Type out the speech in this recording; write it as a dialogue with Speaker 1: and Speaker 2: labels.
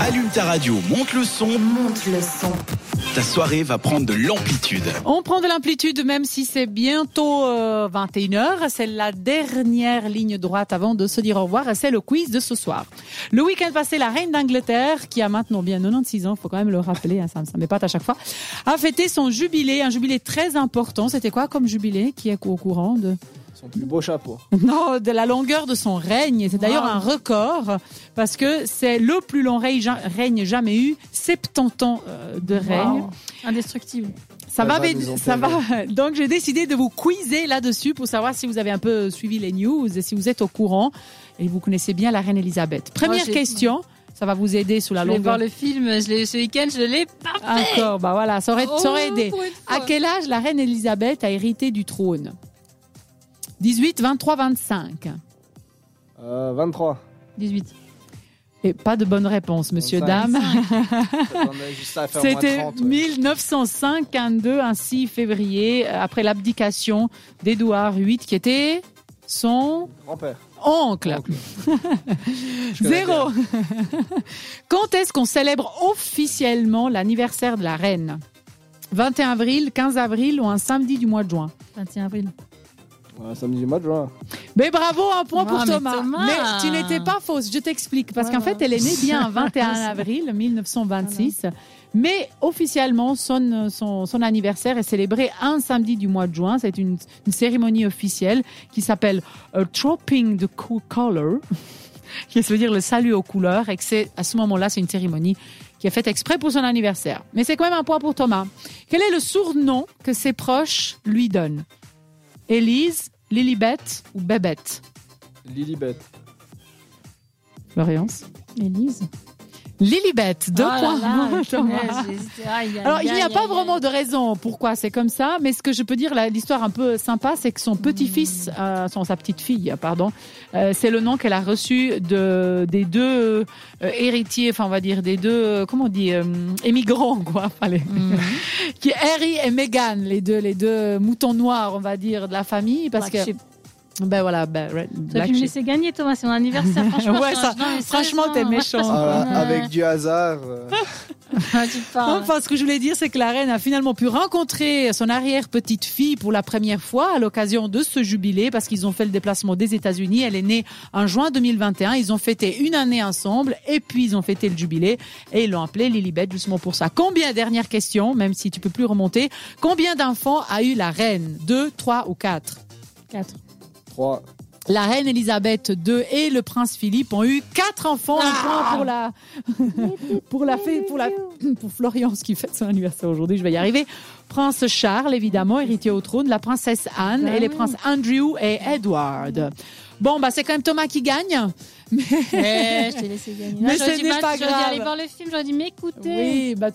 Speaker 1: Allume ta radio, monte le son,
Speaker 2: Monte le son.
Speaker 1: ta soirée va prendre de l'amplitude.
Speaker 3: On prend de l'amplitude même si c'est bientôt euh, 21h. C'est la dernière ligne droite avant de se dire au revoir. et C'est le quiz de ce soir. Le week-end passé, la reine d'Angleterre, qui a maintenant bien 96 ans, faut quand même le rappeler, hein, ça me ça m'épate à chaque fois, a fêté son jubilé, un jubilé très important. C'était quoi comme jubilé qui est au courant de
Speaker 4: Son plus beau chapeau.
Speaker 3: non, de la longueur de son règne. C'est d'ailleurs
Speaker 2: Wow.
Speaker 3: un record parce que c'est le plus long règne, ja- règne jamais eu, 70 ans euh, de règne.
Speaker 5: Indestructible.
Speaker 3: Ça
Speaker 4: Elle
Speaker 3: va,
Speaker 4: va
Speaker 3: mais-
Speaker 4: nous en
Speaker 3: ça va. Donc j'ai décidé de vous quizer là-dessus pour savoir si vous avez un peu suivi les news et si vous êtes au courant et vous connaissez bien la reine Elisabeth. Première
Speaker 5: j'ai-
Speaker 3: question, ça va vous aider sur la
Speaker 5: Je vais voir
Speaker 3: longueur.
Speaker 5: le film, je l'ai ce week-end, je l'ai pas.
Speaker 3: Encore, bah voilà, ça aurait, ça aurait aidé.
Speaker 5: Oh, pour une fois.
Speaker 3: À quel âge la reine Elisabeth a hérité du trône 18, 23, 25.
Speaker 4: Euh, 23.
Speaker 5: 18.
Speaker 3: Et pas de bonne réponse, monsieur,
Speaker 4: 25.
Speaker 3: dame.
Speaker 4: J'attendais juste à faire moins euh.
Speaker 3: C'était
Speaker 4: 30, ouais.
Speaker 3: 1952, ainsi février, euh, après l'abdication d'Édouard VIII, qui était son
Speaker 4: Grand-père.
Speaker 3: oncle.
Speaker 4: Oncle. Je connais
Speaker 3: Zéro. Quand est-ce qu'on célèbre officiellement l'anniversaire de la reine 21 avril, 15 avril ou un samedi du mois de juin
Speaker 5: 21 avril.
Speaker 4: bien. Ouais, samedi du mois de juin.
Speaker 3: Mais bravo, un point
Speaker 5: Ah,
Speaker 3: pour
Speaker 5: mais
Speaker 3: Thomas.
Speaker 5: Thomas.
Speaker 3: Mais tu n'étais pas fausse, je t'explique. Parce qu'en fait, elle est née bien un 21 avril 1926. Mais officiellement, son, son, son anniversaire est célébré un samedi du mois de juin. C'est une, une cérémonie officielle qui s'appelle a Dropping the Cool Color, qui veut dire le salut aux couleurs. Et que c'est à ce moment-là, c'est une cérémonie qui est faite exprès pour son anniversaire. Mais c'est quand même un point pour Thomas. Quel est le surnom que ses proches lui donnent Élise, Lilibet ou Bébette
Speaker 4: Lilibet.
Speaker 3: Florence
Speaker 5: Élise.
Speaker 3: Lilibet, deux
Speaker 5: Oh là
Speaker 3: points.
Speaker 5: là,
Speaker 3: pour Thomas.
Speaker 5: punaise, j'ai hésité. Aïe, aïe,
Speaker 3: Alors, il n'y a
Speaker 5: aïe,
Speaker 3: pas
Speaker 5: aïe,
Speaker 3: vraiment
Speaker 5: aïe.
Speaker 3: de raison pourquoi c'est comme ça, mais ce que je peux dire, là, l'histoire un peu sympa, c'est que son petit-fils, euh, son, sa petite-fille, euh, pardon, euh, c'est le nom qu'elle a reçu de, des deux euh, héritiers, enfin, on va dire, des deux, euh, comment on dit, euh, émigrants, quoi. Enfin, les-
Speaker 5: Mhm.
Speaker 3: qui est Harry et Meghan, les deux, les deux moutons noirs, on va dire, de la famille, parce
Speaker 5: Black
Speaker 3: que,
Speaker 5: Sheep.
Speaker 3: ben voilà, ben, Red-
Speaker 5: T'aurais
Speaker 3: Black
Speaker 5: pu me
Speaker 3: Sheep.
Speaker 5: laisser gagner, Thomas, c'est mon anniversaire. Franchement,
Speaker 3: Ouais,
Speaker 5: je-
Speaker 3: ça-
Speaker 5: non, mais
Speaker 3: franchement,
Speaker 5: sérieusement,
Speaker 3: t'es méchant.
Speaker 4: Ah,
Speaker 5: Ouais.
Speaker 4: Avec du hasard. euh,
Speaker 5: Ah, tu parles.
Speaker 3: Enfin, ce que je voulais dire, c'est que la reine a finalement pu rencontrer son arrière-petite-fille pour la première fois à l'occasion de ce jubilé parce qu'ils ont fait le déplacement des États-Unis. Elle est née en juin 2021. Ils ont fêté une année ensemble et puis ils ont fêté le jubilé et ils l'ont appelée Lilibet justement pour ça. Combien, dernière question, même si tu peux plus remonter, combien d'enfants a eu la reine Deux, trois ou quatre
Speaker 5: 4.
Speaker 4: 3.
Speaker 3: La reine Elisabeth II et le prince Philippe ont eu quatre enfants. Un point pour la, pour la fée, pour la, pour Florian, ce qui fête son anniversaire aujourd'hui. Je vais y arriver. Prince Charles, évidemment, héritier au trône, la princesse Anne
Speaker 5: Bah
Speaker 3: et les
Speaker 5: oui.
Speaker 3: princes Andrew et Edward. Bon, bah, c'est quand même Thomas qui gagne.
Speaker 5: je t'ai laissé gagner.
Speaker 3: Mais
Speaker 5: J'aurais
Speaker 3: ce
Speaker 5: dû
Speaker 3: n'est
Speaker 5: battre,
Speaker 3: pas
Speaker 5: J'aurais dû
Speaker 3: grave.
Speaker 5: aller voir le film, j'aurais dû m'écouter.
Speaker 3: Oui, bah,